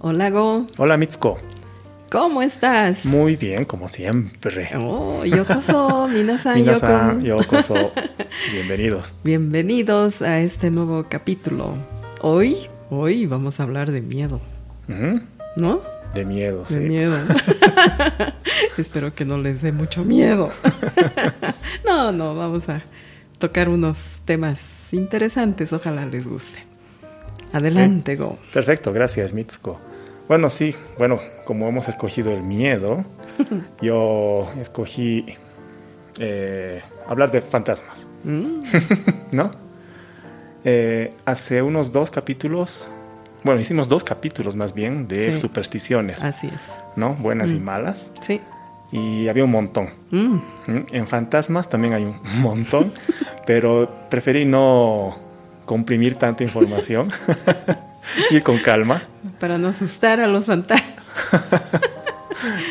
Hola, Go. Hola, Mitsuko. ¿Cómo estás? Muy bien, como siempre. Oh, Yokoso, Minasan, Minasan, Yoko. Yokoso, bienvenidos. Bienvenidos a este nuevo capítulo. Hoy, hoy vamos a hablar de miedo, Ujú, ¿no? De miedo, De sí. miedo. Espero que no les dé mucho miedo. no, no, vamos a tocar unos temas interesantes, ojalá les guste. Adelante, Go. Perfecto, gracias, Mitsuko. Bueno, sí, bueno, como hemos escogido el miedo, yo escogí eh, hablar de fantasmas, Mm. ¿no? Eh, hace unos dos capítulos, bueno, hicimos dos capítulos más bien de Sí. Ah. Mm. supersticiones, Así es. ¿no? Buenas y malas. Sí. y había un montón. ¿Mm? En fantasmas también hay un montón, pero preferí no comprimir tanta información, ir con calma. Para no asustar a los fantasmas.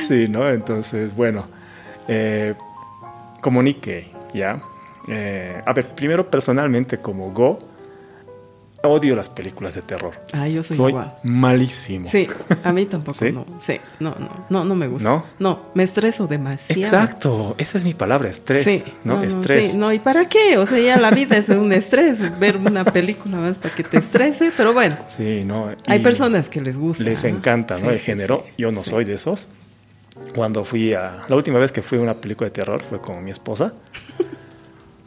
Sí, ¿no? Entonces, bueno, eh, comunique, ¿ya? Eh, a ver, primero personalmente como Go, odio las películas de terror. Ah, yo soy, Soy igual. malísimo. Sí, a mí tampoco ¿Sí? no. Sí, no, no, no, no me gusta. ¿No? me estreso demasiado. Exacto, esa es mi palabra, estrés, Sí, ¿no? estrés. sí, no, ¿y para qué? O sea, ya la vida es un estrés. Ver una película más para que te estrese, pero bueno, Sí, no. hay y- personas que les gusta. les ¿no? encanta, ¿no? Sí, El sí, género. sí. Yo no soy de esos. Cuando fui a... La última vez que fui a una película de terror fue con mi esposa.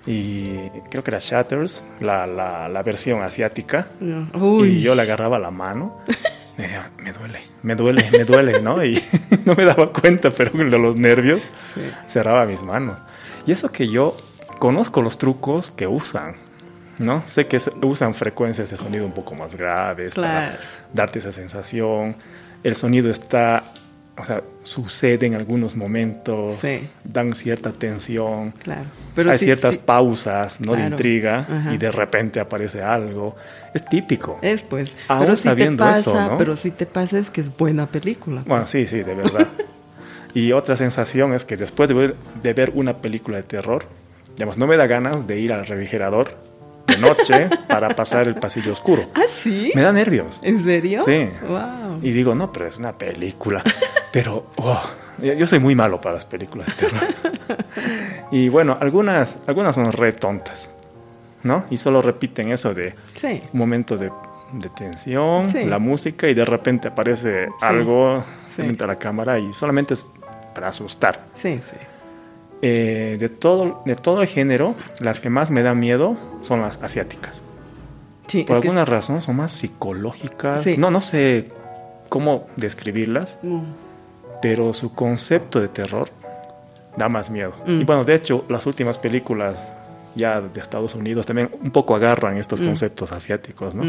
Y creo que era Shatters, la, la, la versión asiática. No. Uy, Y yo le agarraba la mano. Me decía, me duele, me duele, me duele, ¿no? Y no me daba cuenta, pero de los nervios Sí. cerraba mis manos. Y eso que yo conozco los trucos que usan, ¿no? Sé que se- usan frecuencias de sonido un poco más graves Claro. para darte esa sensación. El sonido está, o sea, sucede en algunos momentos, Sí. dan cierta tensión. claro. Pero Hay sí, ciertas sí. pausas, ¿no? De Claro. intriga Ajá. y de repente aparece algo. Es típico. Es pues, Aún pero si sabiendo te pasa, eso, ¿no? pero si te pasa es que es buena película. Bueno, sí, sí, de verdad. y otra sensación es que después de ver, de ver una película de terror, digamos, no me da ganas de ir al refrigerador de noche para pasar el pasillo oscuro. ¿Ah, sí? Me da nervios. ¿En serio? Sí. Wow. Y digo, no, pero es una película. Pero, wow, yo yo soy muy malo para las películas de terror. y bueno, algunas, algunas son re tontas, ¿no? Y solo repiten eso de Sí. un momento de, de tensión, Sí. la música y de repente aparece algo Sí. frente a la cámara y solamente es para asustar. Sí, sí. Eh, de, todo, de todo el género, las que más me dan miedo son las asiáticas. Sí, Por es que- alguna razón son más psicológicas. Sí. No, no sé cómo describirlas, Mm. pero su concepto de terror da más miedo. Y bueno, de hecho, las últimas películas ya de Estados Unidos también un poco agarran estos conceptos asiáticos, ¿no?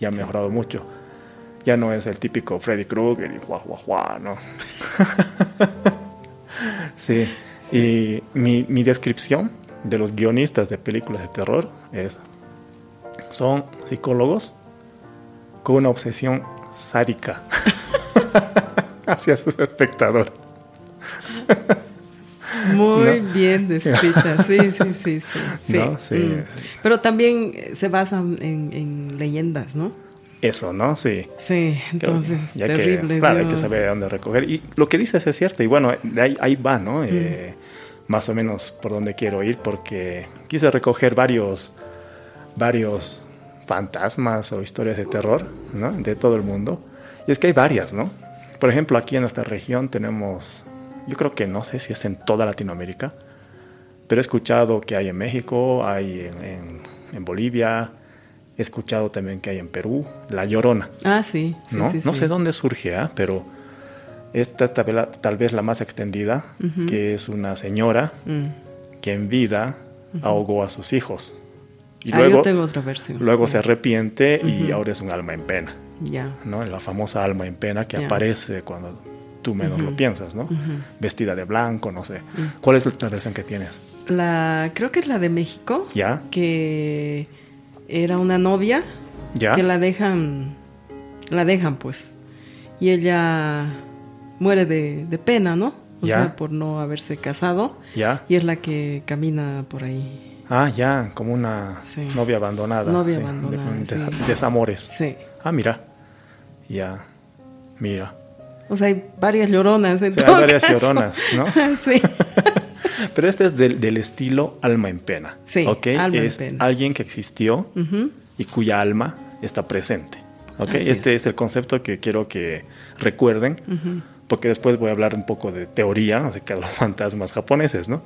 Y ha mejorado mucho. Ya no es el típico Freddy Krueger y guau, guau, guau, ¿no? sí. Y mi, mi descripción de los guionistas de películas de terror es... Son psicólogos con una obsesión sádica hacia sus espectadores. Muy bien descrita, sí, sí, sí, sí. sí. mm. No, sí. Pero también eh, se basan en, en leyendas, ¿no? Eso, ¿no? Sí. Sí, Creo que- entonces, ya terrible. que, claro, ¿no? hay que saber de dónde recoger. Y lo que dices es cierto, y bueno, de ahí, ahí va, Mm. ¿no? Eh, más o menos por donde quiero ir, porque quise recoger varios, varios fantasmas o historias de terror, ¿no? De todo el mundo. Y es que hay varias, ¿no? Por ejemplo, aquí en nuestra región tenemos, yo creo que no sé si es en toda Latinoamérica, pero he escuchado que hay en México, hay en, en- en Bolivia, he escuchado también que hay en Perú, La Llorona. Ah, sí. sí, ¿no? sí, no sí. sé dónde surge, ¿ah? pero esta es tal, vez- tal vez la más extendida, que es una señora Mm. que en vida ahogó a sus hijos. Y Ah, luego, yo tengo otra versión. luego se arrepiente y ahora es un alma en pena, Ya. ¿no? La famosa alma en pena que Ya. aparece cuando tú menos lo piensas, ¿no? Vestida de blanco, no sé. Mm. ¿Cuál es la versión que tienes? La, creo que es la de México. Ya. Que era una novia. ¿Ya? Que la dejan, la dejan pues. Y ella muere de, de pena, ¿no? O Ya. sea, por no haberse casado. ¿Ya? Y es la que camina por ahí Ah, ya, como una Sí. novia abandonada. Novia de- abandonada, de- sí. Desamores. Sí. Ah, mira. Ah, Ya. Mira. O sea, hay varias lloronas en O sea, hay todo varias caso. lloronas, ¿no? sí. Pero este es del, del estilo alma en pena. Sí, ¿ok? alma en es pena. alguien que existió y cuya alma está presente. ¿ok? Así Este es el concepto que quiero que recuerden, porque después voy a hablar un poco de teoría acerca de los fantasmas japoneses, ¿no?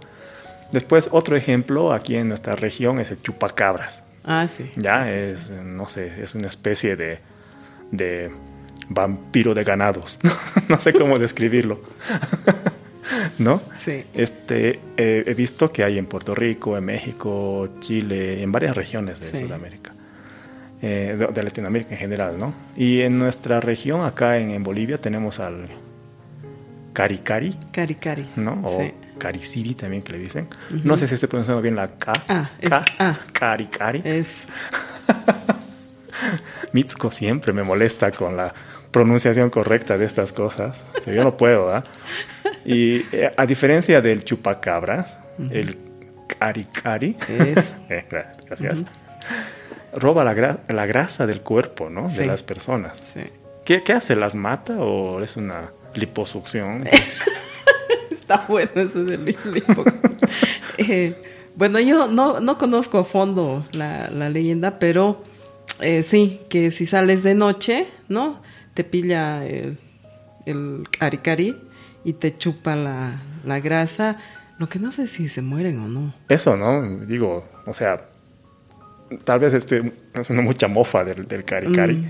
Después, otro ejemplo aquí en nuestra región es el chupacabras. Ah, sí. Ya es, no sé, es una especie de, de vampiro de ganados. no sé cómo describirlo. ¿No? Sí. Este, eh, he visto que hay en Puerto Rico, en México, Chile, en varias regiones de Sí. Sudamérica. Eh, de, de Latinoamérica en general, ¿no? Y en nuestra región, acá en, en Bolivia, tenemos al caricari, Cari cari. ¿no? Oh. O Sí. cariciri también que le dicen. No sé si estoy pronunciando bien la K. Ah, es K, A. Caricari. Es Mitsuko siempre me molesta con la pronunciación correcta de estas cosas. pero Yo no puedo, ¿ah? Y eh, a diferencia del chupacabras, el caricari, Es. eh, gra- gracias, roba la, gra- la grasa del cuerpo, ¿no? De Sí. las personas. sí. ¿Qué, qué hace? ¿Las mata o es una liposucción? Está bueno eso del Olimpo. Eh, bueno, yo no, no conozco a fondo la, la leyenda, pero eh, sí, que si sales de noche, ¿no? Te pilla el, el caricari y te chupa la, la grasa. Lo que no sé si se mueren o no. Eso, ¿no? Digo, o sea, tal vez estoy haciendo mucha mofa del, del caricari.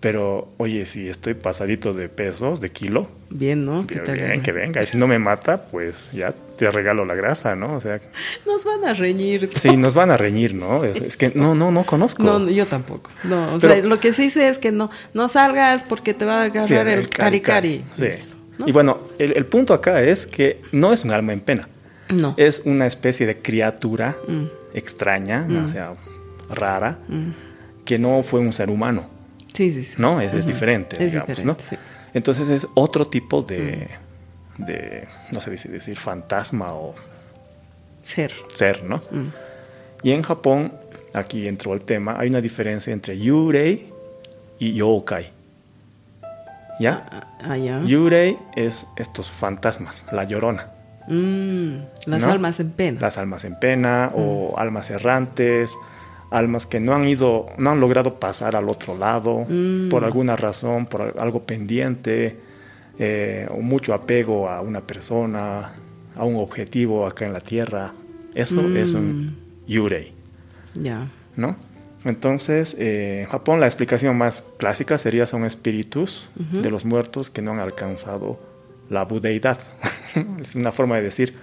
Pero, oye, si estoy pasadito de pesos, de kilo, Bien, ¿no? Que Bien, te bien, agarren. que venga. Y si no me mata, pues ya te regalo la grasa, ¿no? O sea, Nos van a reñir. sí, nos van a reñir, ¿no? Es, es que no, no, no conozco. No, no, yo tampoco. No, o Pero- sea, lo que sí sé es que no, no salgas porque te va a agarrar Sí, el caricari. Sí. ¿no? Y bueno, el, el punto acá es que no es un alma en pena. No. Es una especie de criatura Mm. extraña, o sea, rara, Mm. que no fue un ser humano, Sí, sí, sí. ¿no? Es, es diferente, Es digamos, diferente, Mm. ¿no? Entonces es otro tipo de, de, no sé si decir fantasma o Ser. ser, ¿no? Y en Japón, aquí entró el tema, hay una diferencia entre yurei y yokai. ¿Ya? Allá. Yurei es estos fantasmas, la llorona, Mm, las ¿no? almas en pena. las almas en pena o almas errantes, almas que no han ido, no han logrado pasar al otro lado por alguna razón, por al- algo pendiente, eh, o mucho apego a una persona, a un objetivo acá en la tierra. Eso es un yurei. Ya. ¿no? Entonces, eh, en Japón la explicación más clásica sería son espíritus de los muertos que no han alcanzado la budeidad. es una forma de decir,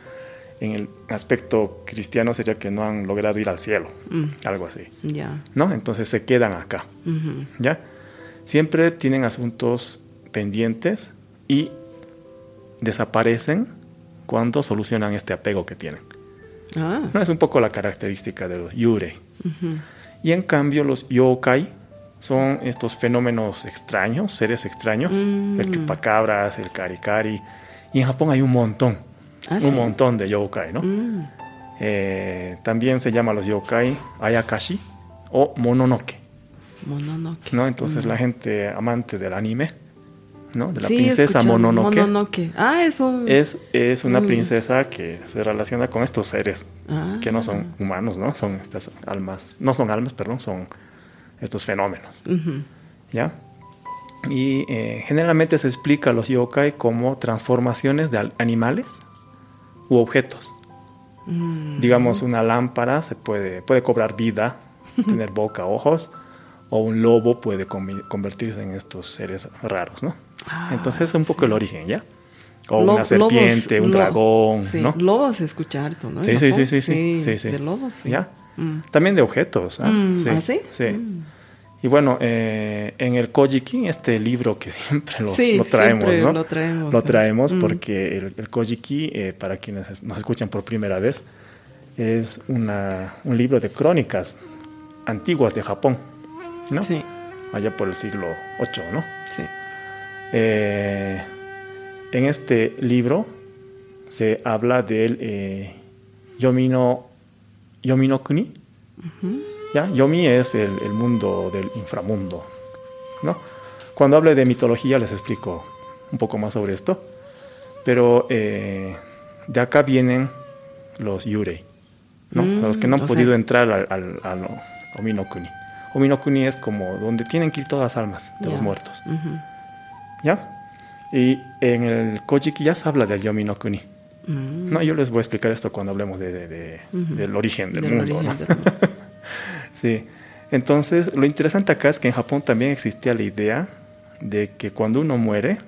en el aspecto cristiano sería que no han logrado ir al cielo, algo así, Ya. ¿no? Entonces se quedan acá, ¿ya? Siempre tienen asuntos pendientes y desaparecen cuando solucionan este apego que tienen. Ah, No es un poco la característica de los yurei. Y en cambio los yokai son estos fenómenos extraños, seres extraños, Mm. el chupacabras, el karikari. Y en Japón hay un montón, Ah, un sí. Mm. montón de yokai, ¿no? Eh, también se llama los yokai ayakashi o mononoke, Mononoke. ¿no? Entonces la gente amante del anime, ¿no? De Mm. la Sí, he princesa escuchado. mononoke. Mononoke. Ah, es un. Es, es una Mm. princesa que se relaciona con estos seres Ah. que no son humanos, ¿no? Son estas almas, no son almas, perdón, son estos fenómenos. ¿Ya? Y eh, generalmente se explica a los yokai como transformaciones de al- animales u objetos. Mm. Digamos, una lámpara se puede, puede cobrar vida, tener boca, ojos, o un lobo puede convi- convertirse en estos seres raros, ¿no? Ah, Entonces es un poco el origen, ¿ya? O Lo- una lobos, serpiente, un lo- dragón, sí, ¿no? Lobos se escucha harto, ¿no? Sí En sí, sí, Japón. sí, sí, sí, sí. De lobos, sí. ¿Ya? También de objetos. ¿ah? Mm, ¿ah, sí? Y bueno, eh, en el Kojiki, este libro que siempre lo, Sí, lo traemos, siempre ¿no? lo traemos, Mm. Lo ¿no? traemos porque el, el Kojiki, eh, para quienes es- nos escuchan por primera vez, es una, un libro de crónicas antiguas de Japón, ¿no? Sí, Allá por el siglo VIII, ¿no? sí. Eh, en este libro se habla del eh, Yomi no, Yomi no Kuni. ¿Ya? Yomi es el, el mundo del inframundo. ¿no? Cuando hable de mitología les explico un poco más sobre esto. Pero eh, de acá vienen los Yurei, ¿no? O sea, los que no han Mm, o podido sea. entrar al, al, al Ominokuni. Ominokuni es como donde tienen que ir todas las almas de los Ya. muertos. Ujú. ¿Ya? Y en el Kojiki ya se habla del Yominokuni. Mm, No, yo les voy a explicar esto cuando hablemos de, de- de- del origen del, del mundo. origen ¿no? del mundo. Sí. Entonces, lo interesante acá es que en Japón también existía la idea de que cuando uno muere,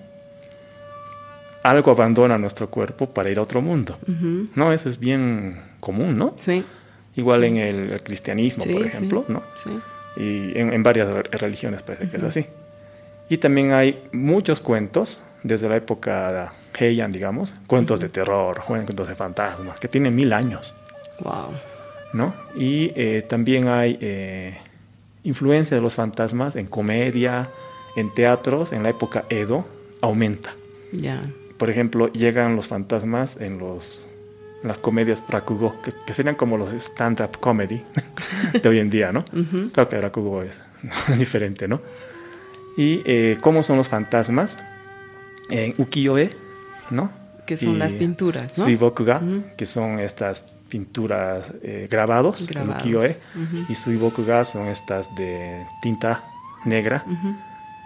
algo abandona nuestro cuerpo para ir a otro mundo. Ujú. No, eso es bien común, ¿no? Sí. Igual en el, el cristianismo, sí, por sí, ejemplo, ¿no? sí. y en, en varias re- religiones parece que es así. Y también hay muchos cuentos desde la época Heian, digamos, cuentos de terror, cuentos de fantasmas, que tienen mil años, Wow. ¿no? Y eh, también hay eh, influencia de los fantasmas en comedia, en teatros, en la época Edo, aumenta. Ya. Por ejemplo, llegan los fantasmas en los en las comedias Rakugo, que, que serían como los stand-up comedy de hoy en día, ¿no? Claro que Rakugo es diferente, ¿no? Y eh, cómo son los fantasmas en ukiyo-e, ¿no? Que son las pinturas, ¿no? Suibokuga, que son estas pinturas eh, grabados, en Grabados. ukiyo-e, y Suibokuga son estas de tinta negra,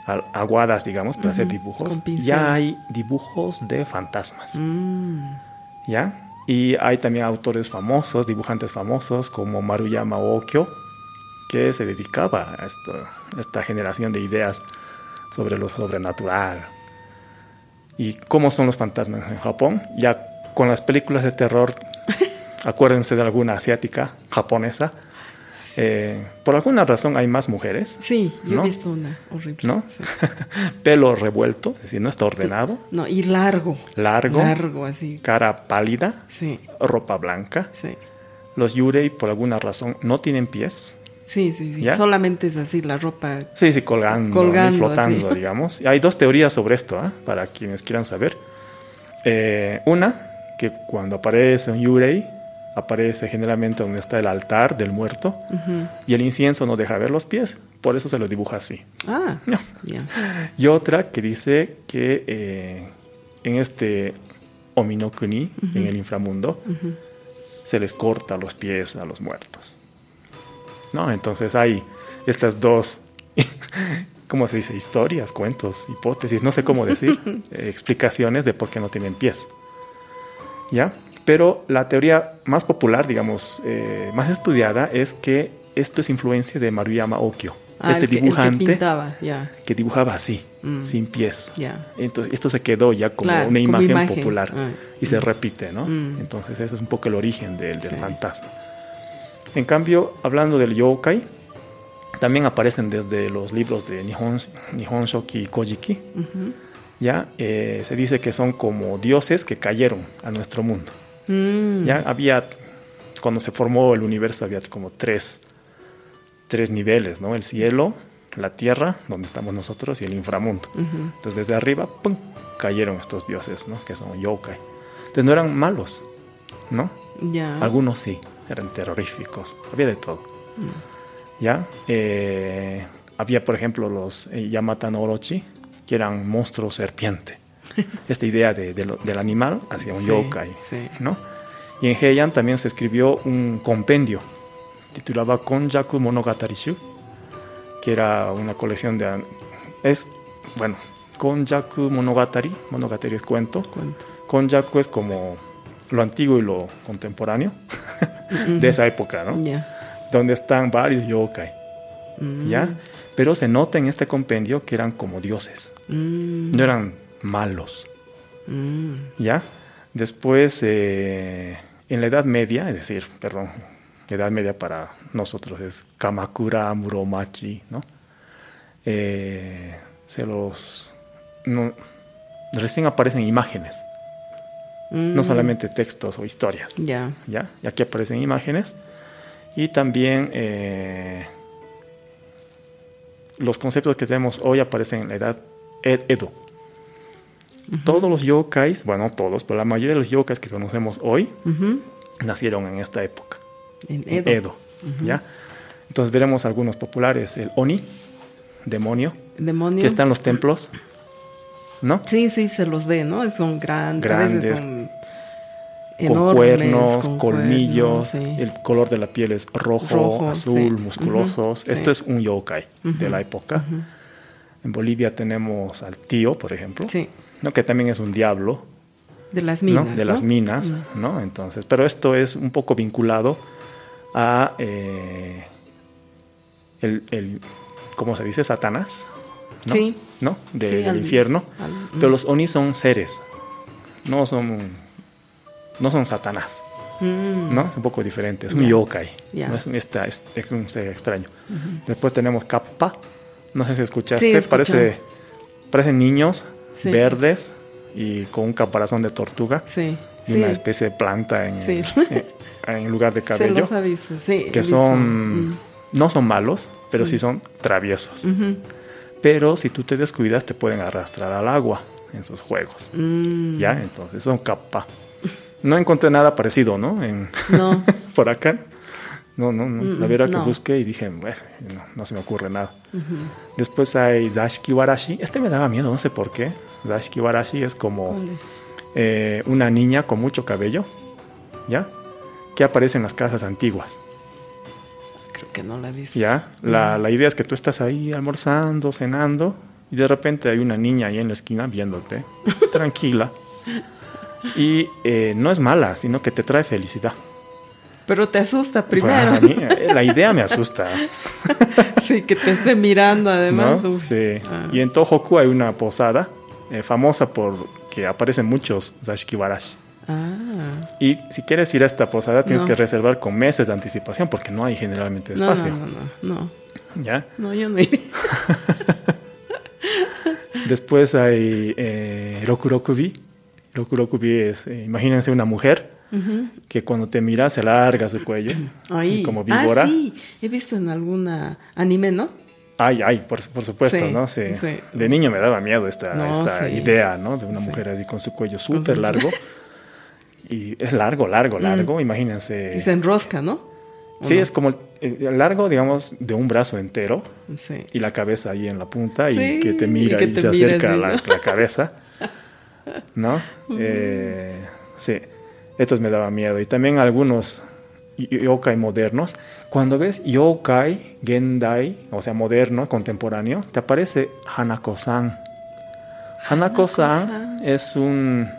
al- aguadas, digamos, para hacer dibujos. con pincel. ya hay dibujos de fantasmas, Mm, ¿ya? Y hay también autores famosos, dibujantes famosos, como Maruyama Okyo, que se dedicaba a, esto, a esta generación de ideas sobre lo sobrenatural. ¿Y cómo son los fantasmas en Japón? Ya con las películas de terror, acuérdense de alguna asiática, japonesa, eh, por alguna razón hay más mujeres, Sí, yo ¿No? he visto una horrible. ¿no? Sí. Pelo revuelto, es decir, no está ordenado, No, y largo. largo, Largo, así. cara pálida, Sí, ropa blanca. sí. Los yurei, por alguna razón, no tienen pies. Sí, sí, sí. ¿Ya? Solamente es así la ropa. Sí, sí, colgando, Colgando, y flotando, así. digamos. Y Hay dos teorías sobre esto, ¿ah? para quienes quieran saber. Eh, una, que cuando aparece un yurei, aparece generalmente donde está el altar del muerto y el incienso no deja ver los pies, por eso se lo dibuja así. Ah, No. ya. Y otra que dice que eh, en este Ominokuni, en el inframundo, se les corta los pies a los muertos. ¿No? Entonces hay estas dos, ¿cómo se dice? Historias, cuentos, hipótesis, no sé cómo decir, eh, explicaciones de por qué no tienen pies. ¿Ya? Pero la teoría más popular, digamos, eh, más estudiada es que esto es influencia de Maruyama Okyo, Ah, este el que- el que dibujante pintaba, ya, que dibujaba así, sin pies. Mm. ya. Entonces, esto se quedó ya como Claro, una como imagen, imagen. popular Ah, y se repite, ¿no? Mm. Entonces, ese es un poco el origen del, del Sí. fantasma. En cambio, hablando del yokai, también aparecen desde los libros de Nihon, Nihon Shoki y Kojiki. Ya eh, se dice que son como dioses que cayeron a nuestro mundo. Mm, Ya había, cuando se formó el universo, había como tres, tres niveles, ¿no? El cielo, la tierra, donde estamos nosotros, y el inframundo. Entonces, desde arriba, ¡pum!, cayeron estos dioses, ¿no? Que son yokai. Entonces, no eran malos, ¿no? ya. Algunos sí, eran terroríficos, había de todo. Mm. ¿Ya? Eh, había, por ejemplo, los eh, Yamata no Orochi, que eran monstruos serpiente. Esta idea de- de lo- del animal hacia un Sí, yokai, sí. ¿no? Y en Heian también se escribió un compendio, titulaba Konjaku Monogatari Shu, que era una colección de... an- Es, bueno, Konjaku Monogatari, Monogatari es cuento, Cuento. Konjaku es como lo antiguo y lo contemporáneo de esa época, ¿no? Ya. Donde están varios yokai, ¿ya? Pero se nota en este compendio que eran como dioses, Mm, no eran malos, mm, ¿ya? Después, eh, en la Edad Media, es decir, perdón, Edad Media para nosotros es Kamakura, Muromachi, ¿no? Eh, se los... no- recién aparecen imágenes, mm, no solamente textos o historias. Ya. ¿ya? Y aquí aparecen imágenes. Y también eh, los conceptos que tenemos hoy aparecen en la edad Ed- Edo. Todos los yokais, bueno, no todos, pero la mayoría de los yokais que conocemos hoy Ujú. nacieron en esta época, En en Edo. Edo, ¿ya? Entonces veremos algunos populares, el Oni, demonio, demonios. que están los templos, ¿no? Sí, sí, se los ve, ¿no? Son grandes. a veces Grandes, son con enormes, cuernos, con colmillos, cuernos, sí. el color de la piel es rojo, Rojo, azul, sí. musculosos. Ujú, Esto sí. es un yokai de la época. En Bolivia tenemos al tío, por ejemplo, Sí. ¿no? que también es un diablo de las ¿no? minas. de las ¿no? minas, ¿no? Entonces, pero esto es un poco vinculado a eh, el, el- ¿cómo se dice? Satanás, ¿no? Sí. ¿No? De- Sí, del al- infierno. al- mm. Pero los oni son seres, no son, no son Satanás, ¿no? Es un poco diferente, es un Mm. Ya. yokai, Ya. ¿no? es, un- esta- es- es un ser extraño. Después tenemos kappa, no sé si escuchaste, Sí, escuché. parece, parecen niños Sí. verdes y con un caparazón de tortuga Sí. y sí. una especie de planta en, Sí. en- en lugar de Se cabello, los ha visto, sí. he que visto. Mm. son, Mm. no son malos, pero sí son traviesos. Pero si tú te descuidas te pueden arrastrar al agua en sus juegos. Mm. Ya, entonces son capa. No encontré nada parecido, ¿no? En, No. por acá. No, no, no. La verdad no. que busqué y dije, "Bueno, no, no se me ocurre nada. Después hay Zashiki Warashi. Este me daba miedo, no sé por qué. Zashiki Warashi es como ¿Cuál es? eh, una niña con mucho cabello, ¿ya? Que aparece en las casas antiguas, Creo que no la he visto. ¿ya? La, Mm. la idea es que tú estás ahí almorzando, cenando, y de repente hay una niña ahí en la esquina viéndote, tranquila. Y eh, no es mala, sino que te trae felicidad. Pero te asusta Bueno, primero. a mí, eh, la idea me asusta, sí, que te esté mirando además. ¿no? uf. Ah. Sí. Y en Tohoku hay una posada eh, famosa por que aparecen muchos Zashikibarashi. Ah, Y si quieres ir a esta posada, tienes No. que reservar con meses de anticipación porque no hay generalmente no, espacio. no, no, no, no. ¿ya? No, yo no iré. Después hay eh, Rokurokubi. Rokurokubi es, eh, imagínense una mujer que cuando te mira se larga su cuello. Ahí. y Como víbora. Ah, sí. He visto en alguna anime, ¿no? Ay, ay, por, por supuesto, Sí, ¿no? Sí. sí. De niño me daba miedo esta, No, esta sí. idea, ¿no? De una mujer así con su cuello súper largo. y es largo, largo, largo. Imagínense. Mm. Y se enrosca, ¿no? ¿O Sí, no? es como el- el largo, digamos, de un brazo entero. Sí. y la cabeza ahí en la punta Sí, y que te mira y y, que te se mira acerca a así, la, ¿no? la cabeza. ¿No? Eh, sí, estos me daban miedo. Y también algunos y- y- yokai modernos. Cuando ves yokai, gendai, o sea, moderno, contemporáneo, te aparece Hanako-san. Hanako-san es un...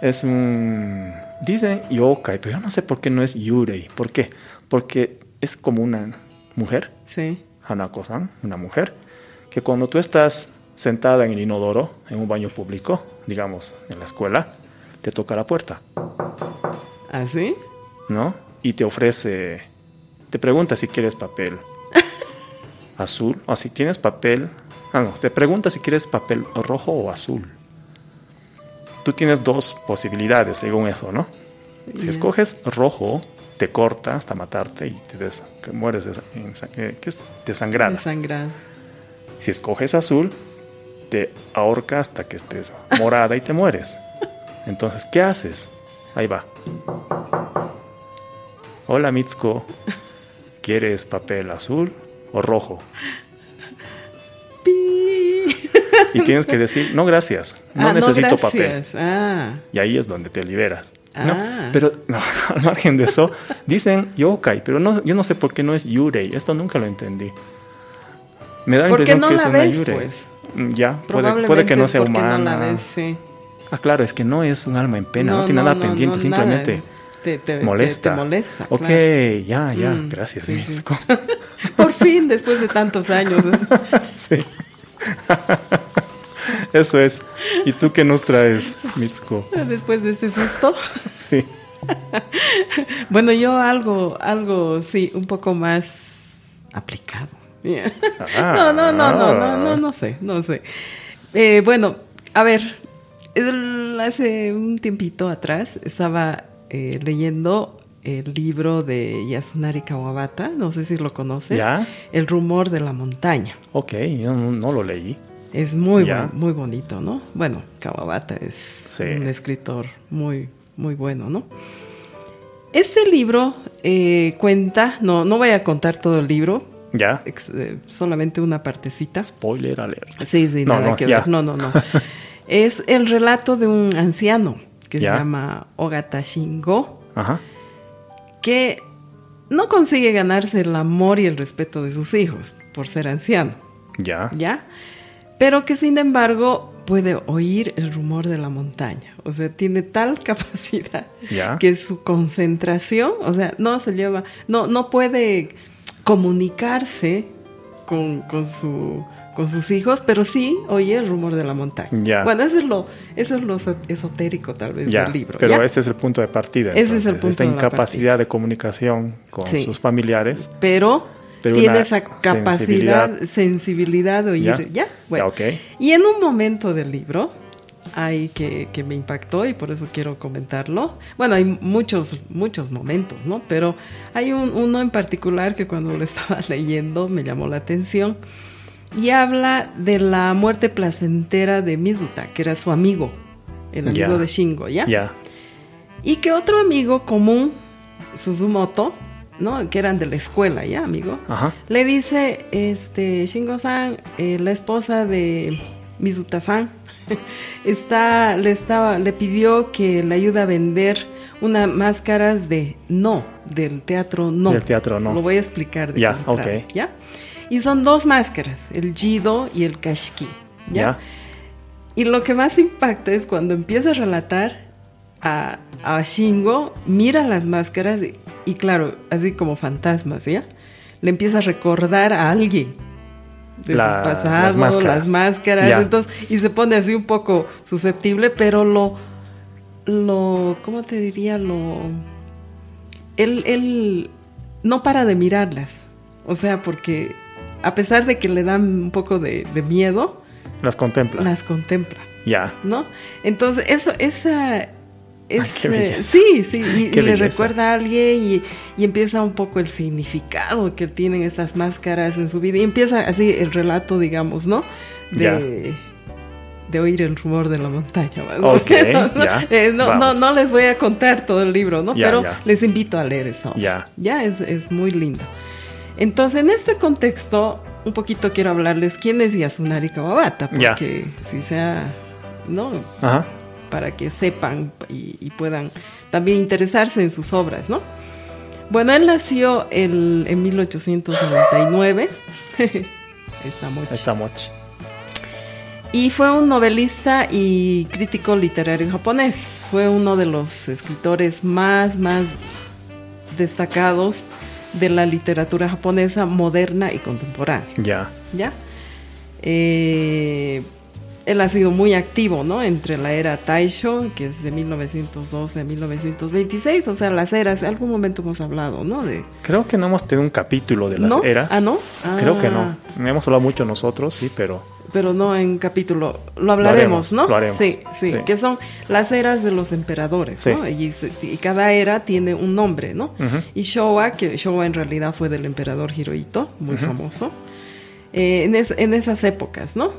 Es un... Dicen yokai, pero yo no sé por qué no es yurei. ¿Por qué? Porque es como una mujer Sí. Hanako-san, una mujer, que cuando tú estás sentada en el inodoro, en un baño público, digamos, en la escuela, te toca la puerta, ¿Ah, sí? ¿no? Y te ofrece, te pregunta si quieres papel azul, o si tienes papel, ah, no, te pregunta si quieres papel rojo o azul. Tú tienes dos posibilidades según eso, ¿no? Si Ya. escoges rojo, te corta hasta matarte y te, des- te mueres de, en- eh, ¿qué es? desangrada. Desangrado. Si escoges azul, te ahorca hasta que estés morada y te mueres. Entonces, ¿qué haces? Ahí va. Hola Mitsuko, ¿quieres papel azul o rojo? Pi. Y tienes que decir, no gracias, no Ah, necesito papel. gracias. Ah, Y ahí es donde te liberas. ¿no? Ah. Pero no, al margen de eso, dicen yokai, pero no, yo no sé por qué no es yurei. Esto nunca lo entendí. Me da la ¿Por qué impresión no que es la una ves, yurei. pues? Mm, Ya, puede, probablemente puede que no sea es porque humana. No la ves, sí. Ah, claro, es que no es un alma en pena, no, tiene nada pendiente, no, simplemente nada. Te, te- te- molesta. Te, molesta. ok, claro. ya, ya, Mm, gracias, sí, sí. Mitsuko. Por fin, después de tantos años. Sí. Eso es. ¿Y tú qué nos traes, Mitsuko? después de este susto. Sí. Bueno, yo algo, algo, sí, un poco más aplicado. No, no, no, no, no, no, no sé, no sé. Eh, bueno, a ver, el- hace un tiempito atrás estaba eh, leyendo el libro de Yasunari Kawabata, no sé si lo conoces, Ya. El rumor de la montaña. Ok, yo no, no lo leí. Es muy, Ya. bu- muy bonito, ¿no? Bueno, Kawabata es Sí. un escritor muy, muy bueno, ¿no? Este libro eh, cuenta, no, no voy a contar todo el libro, Ya. ex- eh, solamente una partecita. Spoiler alert. Sí, sí, No, nada no, que ya. ver. No, no, no. es el relato de un anciano que Ya. se llama Ogata Shingo, Ajá. que no consigue ganarse el amor y el respeto de sus hijos por ser anciano, Ya. ¿ya? Pero que sin embargo puede oír el rumor de la montaña. O sea, tiene tal capacidad Ya. que su concentración, o sea, no se lleva, no, no puede comunicarse con, con su con sus hijos, pero sí oye el rumor de la montaña. Ya. Bueno, eso es lo, eso es lo eso- esotérico tal vez Ya, del libro. pero ¿ya? ese es el punto de partida. Ese es el punto Esta de la incapacidad de comunicación con Sí. sus familiares. pero, Pero tiene una esa capacidad, sensibilidad, de oír. Ya. Ya, Ya, bueno. ok. Y en un momento del libro, hay que, que me impactó y por eso quiero comentarlo. Bueno, hay muchos, muchos momentos, ¿no? Pero hay un- uno en particular que cuando lo estaba leyendo me llamó la atención. Y habla de la muerte placentera de Mizuta, que era su amigo, el amigo Ya. de Shingo, ¿ya? Ya. Y que otro amigo común, Suzumoto, ¿no? Que eran de la escuela, ¿ya, amigo? Ajá. Le dice, este, Shingo-san, eh, la esposa de Mizuta-san, está, le, estaba, le pidió que le ayude a vender unas máscaras de no, del teatro no. Del teatro No. Lo voy a explicar. de Ya, cómo trata, ok. ¿ya? Y son dos máscaras, el Jido y el Kashiki, Ya. ¿ya? Y lo que más impacta es cuando empieza a relatar a, a Shingo, mira las máscaras y, y claro, así como fantasmas, ¿ya? Le empieza a recordar a alguien de La- su pasado, las las máscaras. máscaras, Ya. entonces, y se pone así un poco susceptible, pero lo, lo, ¿cómo te diría? Lo, él, él no para de mirarlas, o sea, porque a pesar de que le dan un poco de, de miedo, Las contempla. las contempla. Ya. ¿no? Entonces, eso, esa... qué ese- belleza. sí, sí, y, Qué y le belleza. recuerda a alguien y, y empieza un poco el significado que tienen estas máscaras en su vida. Y empieza así el relato, digamos, ¿no? Ya. De, de oír el rumor de la montaña. más o Ok, menos, ¿no? ya, Eh, no, no, vamos. no les voy a contar todo el libro, ¿no? Ya, Pero ya. les invito a leer esto. Ya. Ya, es, es muy lindo. Entonces, en este contexto, un poquito quiero hablarles quién es Yasunari Kawabata, Ya. porque si sea, ¿no? Ajá. Para que sepan y, y puedan también interesarse en sus obras, ¿no? Bueno, él nació el- en 1899, esta mocha. Esta mochi. y fue un novelista y crítico literario japonés. Fue uno de los escritores más, más destacados de la literatura japonesa moderna y contemporánea. Ya. ¿ya? Eh, él ha sido muy activo, ¿no? Entre la era Taisho, que es de 1912 a 1926, o sea, las eras, en algún momento hemos hablado, ¿no? De, Creo que no hemos tenido un capítulo de las ¿No? eras. Ah, ¿no? Creo que Ah. no. Hemos hablado mucho nosotros, sí, pero. pero no en capítulo, lo hablaremos, haremos, ¿no? lo haremos. Sí, sí, Sí. que son las eras de los emperadores, Sí. ¿no? Y, se- y cada era tiene un nombre, ¿no? Ujú. Y Showa, que Showa en realidad fue del emperador Hirohito, muy famoso, eh, en, es- en esas épocas, ¿no?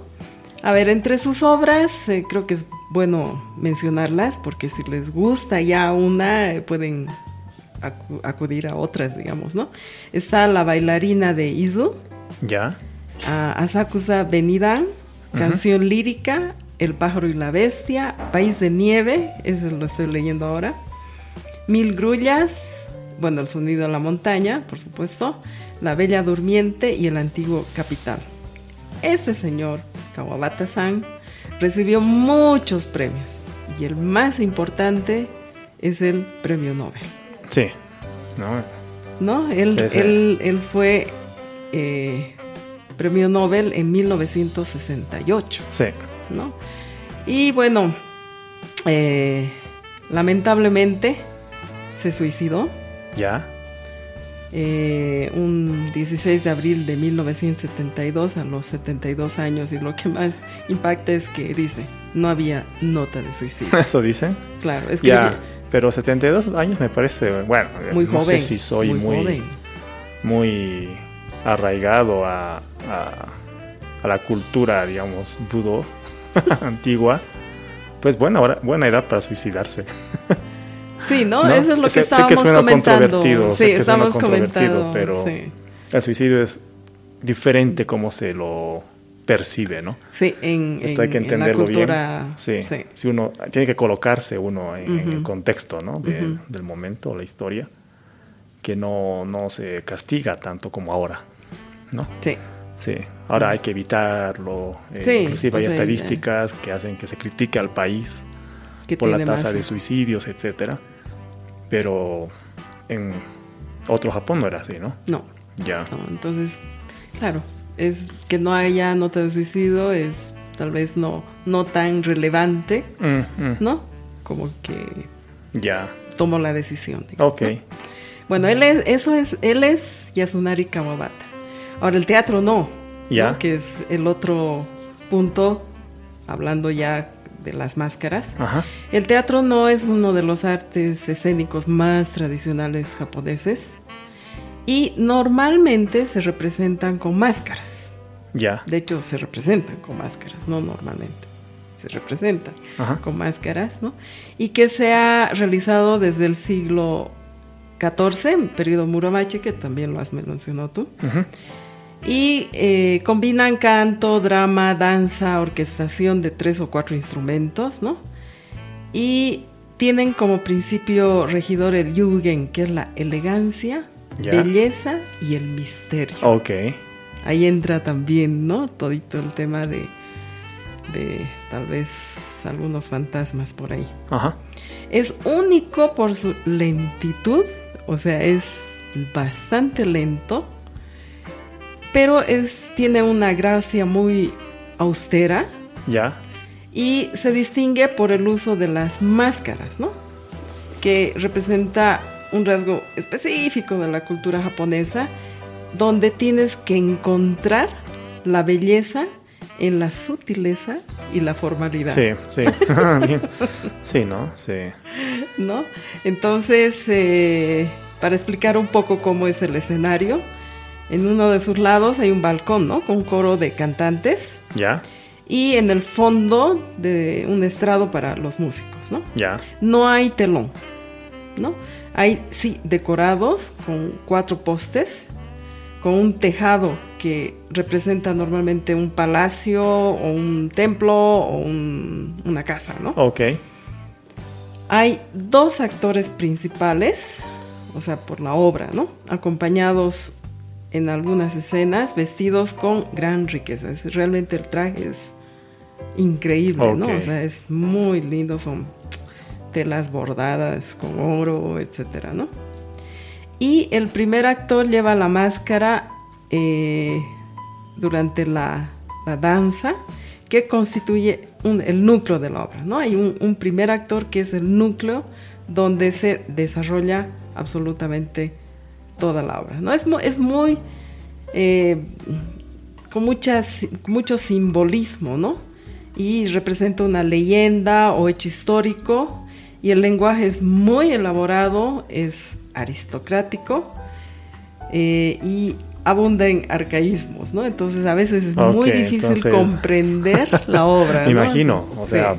A ver, entre sus obras, eh, creo que es bueno mencionarlas, porque si les gusta ya una, eh, pueden acu- acudir a otras, digamos, ¿no? Está La bailarina de Izu, Ya. a Asakusa Benidan, Canción Lírica, El pájaro y la bestia, País de nieve, eso lo estoy leyendo ahora, Mil grullas, bueno, El sonido de la montaña, por supuesto, La bella durmiente y El antiguo capital. Este señor, Kawabata-san, recibió muchos premios y el más importante es el premio Nobel. Sí. No. ¿no? Él, Sí, sí. él, él fue eh, premio Nobel en 1968, Sí. ¿no? Y bueno, eh, lamentablemente se suicidó Ya. eh, un 16 de abril de 1972 a los 72 años y lo que más impacta es que dice, no había nota de suicidio. Eso dicen. Claro, es que Ya. Pero 72 años me parece. Bueno, muy no joven. sé si soy muy joven. muy arraigado a, a- a la cultura, digamos, budo antigua, pues buena, hora- buena edad para suicidarse. Sí, ¿no? ¿no? Eso es lo que Sé- sé estábamos suena comentando. controvertido, sí, sé que suena estábamos controvertido, comentando. pero sí. el suicidio es diferente como se lo percibe, ¿no? Sí, en, Esto hay que en- en la entenderlo cultura, bien. Sí. Si uno tiene que colocarse uno en, en el contexto, ¿no? De- Del momento o la historia, que no, no se castiga tanto como ahora, ¿no? sí. Sí. Ahora hay que evitarlo. eh, Mm. Sí, inclusive hay o sea, ya. estadísticas que hacen que se critique al país que por la tiene tasa más- de suicidios, etcétera. Pero en otro Japón no era así, ¿no? No, Ya. no, entonces, claro, es que no haya nota de suicidio es tal vez no, no tan relevante, Mm, mm, ¿no? Como que ya. tomó la decisión. digamos. Ok. Bueno, él es, eso es, él es Yasunari Kawabata. Ahora, el teatro no, Ya. ¿no? que es el otro punto, hablando ya de las máscaras. Ajá. El teatro no es uno de los artes escénicos más tradicionales japoneses y normalmente se representan con máscaras. Ya. De hecho, se representan con máscaras, no normalmente. Se representan Ajá. con máscaras, ¿no? Y que se ha realizado desde el siglo XIV, periodo Muromachi, que también lo has mencionado tú. Y eh, combinan canto, drama, danza, orquestación de tres o cuatro instrumentos, ¿no? Y tienen como principio regidor el yugen, que es la elegancia, Ya. belleza y el misterio. Ok. Ahí entra también, ¿no? Todito el tema de, de tal vez algunos fantasmas por ahí. Ajá. Es único por su lentitud, o sea, es bastante lento, pero es, tiene una gracia muy austera Ya. y se distingue por el uso de las máscaras, ¿no? Que representa un rasgo específico de la cultura japonesa, donde tienes que encontrar la belleza en la sutileza y la formalidad, Sí, sí. Bien. Sí, ¿no? Sí. ¿no? Entonces, eh, para explicar un poco cómo es el escenario, en uno de sus lados hay un balcón, ¿no? Con un coro de cantantes Ya. y en el fondo de un estrado para los músicos, ¿no? Ya. No hay telón, ¿no? Hay, sí, decorados con cuatro postes, con un tejado que representa normalmente un palacio o un templo o un- una casa, ¿no? Ok. Hay dos actores principales, o sea, por la obra, ¿no? Acompañados en algunas escenas, vestidos con gran riqueza. Es- realmente el traje es increíble, ¿no? Ok. O sea, es muy lindo, son telas bordadas con oro, etcétera, ¿no? Y el primer actor lleva la máscara eh, durante la, la danza, que constituye un- el núcleo de la obra, ¿no? Hay un, un primer actor que es el núcleo donde se desarrolla absolutamente toda la obra, ¿no? Es, mu- es muy... eh, con muchas, mucho simbolismo, ¿no? Y representa una leyenda o hecho histórico. Y el lenguaje es muy elaborado, es aristocrático eh, y abunda en arcaísmos, ¿no? Entonces a veces es muy Ok, difícil entonces- comprender la obra. Me ¿no? imagino. O Sí. sea.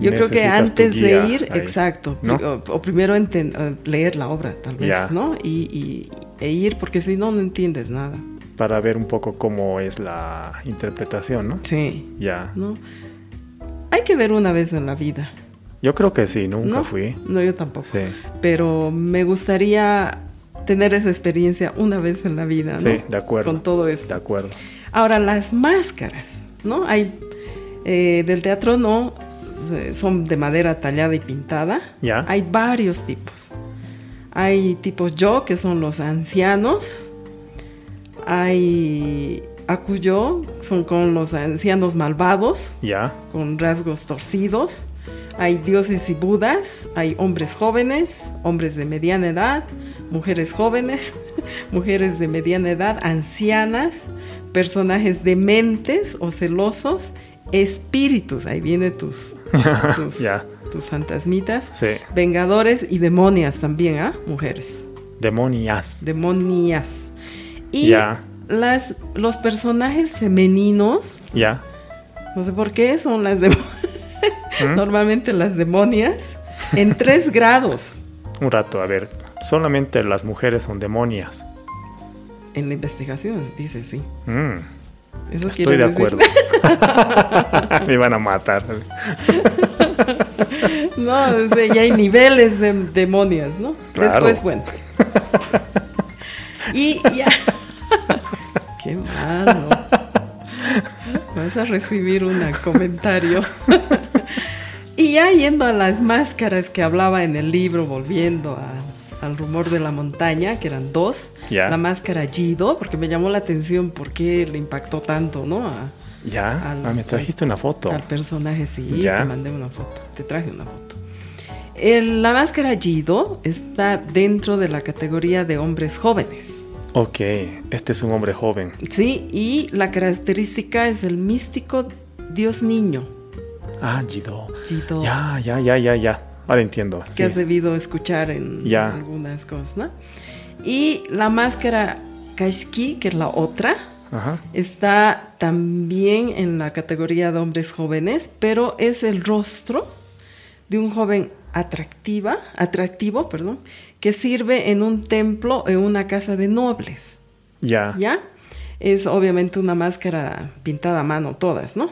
Yo creo que necesitas tu antes guía de ir, ahí, exacto, ¿no? o, o primero enten- eh, leer la obra, tal vez, Ya. ¿no? Y, y- e ir, porque si no, no entiendes nada. Para ver un poco cómo es la interpretación, ¿no? Sí. Ya. ¿no? Hay que ver una vez en la vida. Yo creo que sí, nunca ¿no? fui. No, yo tampoco. Sí. Pero me gustaría tener esa experiencia una vez en la vida, ¿no? Sí, de acuerdo. Con todo De esto. acuerdo. Ahora, las máscaras, ¿no? Hay eh, del teatro, no, eh, son de madera tallada y pintada. Ya. Hay varios tipos. Hay tipos yo, que son los ancianos. Hay akuyo, son con los ancianos malvados Ya. con rasgos torcidos. Hay dioses y budas, hay hombres jóvenes, hombres de mediana edad, mujeres jóvenes, mujeres de mediana edad, ancianas, personajes dementes o celosos, espíritus, ahí viene tus, tus, Ya. tus fantasmitas, Sí. vengadores y demonias también, ¿ah? Mujeres, Demonias. demonias. Y Ya. las, los personajes femeninos Ya. no sé por qué son las demonias. ¿Eh? Normalmente las demonias. En tres grados. Un rato, a ver. Solamente las mujeres son demonias. en la investigación, dice, sí. Mm, Eso estoy quiere de decir- acuerdo. Me van a matar. No, o sea, ya hay niveles de demonios, ¿no? Claro. Después, bueno. Y ya. Qué malo. Vas a recibir un comentario. Y ya yendo a las máscaras que hablaba en el libro, volviendo a- al rumor de la montaña, que eran dos. Ya. La máscara Gido, porque me llamó la atención por qué le impactó tanto, ¿no? A- Ya, Al- ah, me trajiste una foto. al personaje, sí, Ya. te mandé una foto, te traje una foto. El- la máscara Jido está dentro de la categoría de hombres jóvenes, Ok, este es un hombre joven. ¿sí? Y la característica es el místico dios niño, Ah, Jido. Jido, Ya, ya, ya, ya, ya. Ahora entiendo. que sí. has debido escuchar en Ya. algunas cosas, ¿no? Y la máscara Kashki, que es la otra, Ajá. Está también en la categoría de hombres jóvenes, pero es el rostro de un joven atractiva, atractivo, perdón, que sirve en un templo en una casa de nobles, Ya. ¿ya? Es obviamente una máscara pintada a mano todas, ¿no?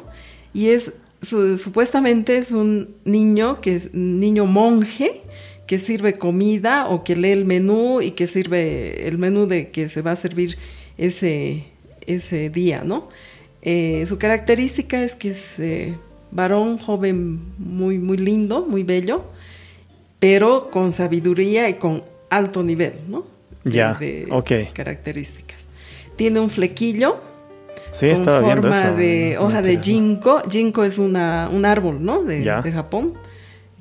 Y es su- supuestamente es un niño que es un niño monje que sirve comida o que lee el menú y que sirve el menú de que se va a servir ese, ese día, ¿no? Eh, su característica es que es eh, varón joven muy, muy lindo, muy bello, pero con sabiduría y con alto nivel, ¿no? De- Ya, de ok. Características. Tiene un flequillo Sí, con estaba viendo forma eso. Mm, de hoja de Jin. ginkgo. Ginkgo es una, un árbol, ¿no? De, Ya. de Japón.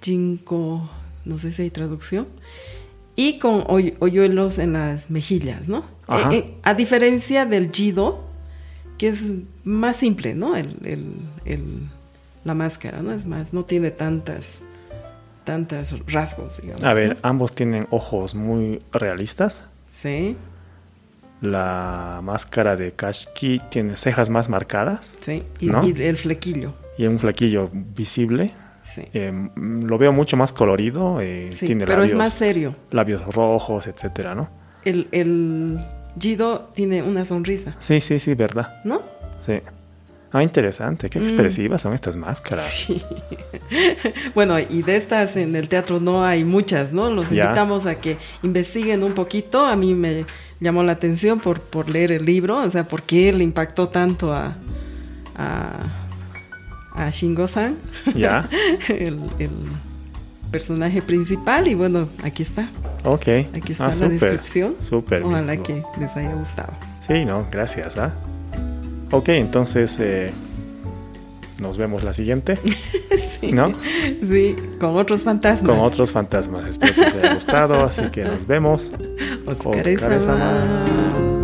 Ginkgo, no sé si hay traducción. Y con hoy- hoyuelos en las mejillas, ¿no? Ajá. Eh, eh, a diferencia del jido, que es más simple, ¿no? El, el- el- la máscara, ¿no? Es más, no tiene tantas, tantas rasgos, digamos. A ver, ambos tienen ojos muy realistas. Sí, La máscara de Kashki tiene cejas más marcadas sí. Y, ¿No? y el flequillo, y un flaquillo visible. sí. Eh, mm, lo veo mucho más colorido. eh, Sí, tiene pero labios, es más eh, serio. labios rojos, etcétera, ¿no? El, el Jido tiene una sonrisa, Sí, sí, sí, verdad. ¿no? Sí. Ah, interesante. Mm. Qué expresivas son estas máscaras. Bueno, y de estas en el teatro no hay muchas, ¿no? Los Ya. invitamos a que investiguen un poquito. A mí me llamó la atención por, por leer el libro, o sea, por qué le impactó tanto a, a, a Shingo-san, Ya. el, el personaje principal. Y bueno, aquí está, Ok. aquí está Ah, la súper. descripción. Súper. Ojalá Mitsuko. que les haya gustado. Sí, no, gracias. ¿ah? Ok, entonces eh, nos vemos la siguiente sí. ¿No? Sí, con otros fantasmas. con otros fantasmas. Espero que les haya gustado, así que nos vemos. Otsukaresama. Otsukaresama.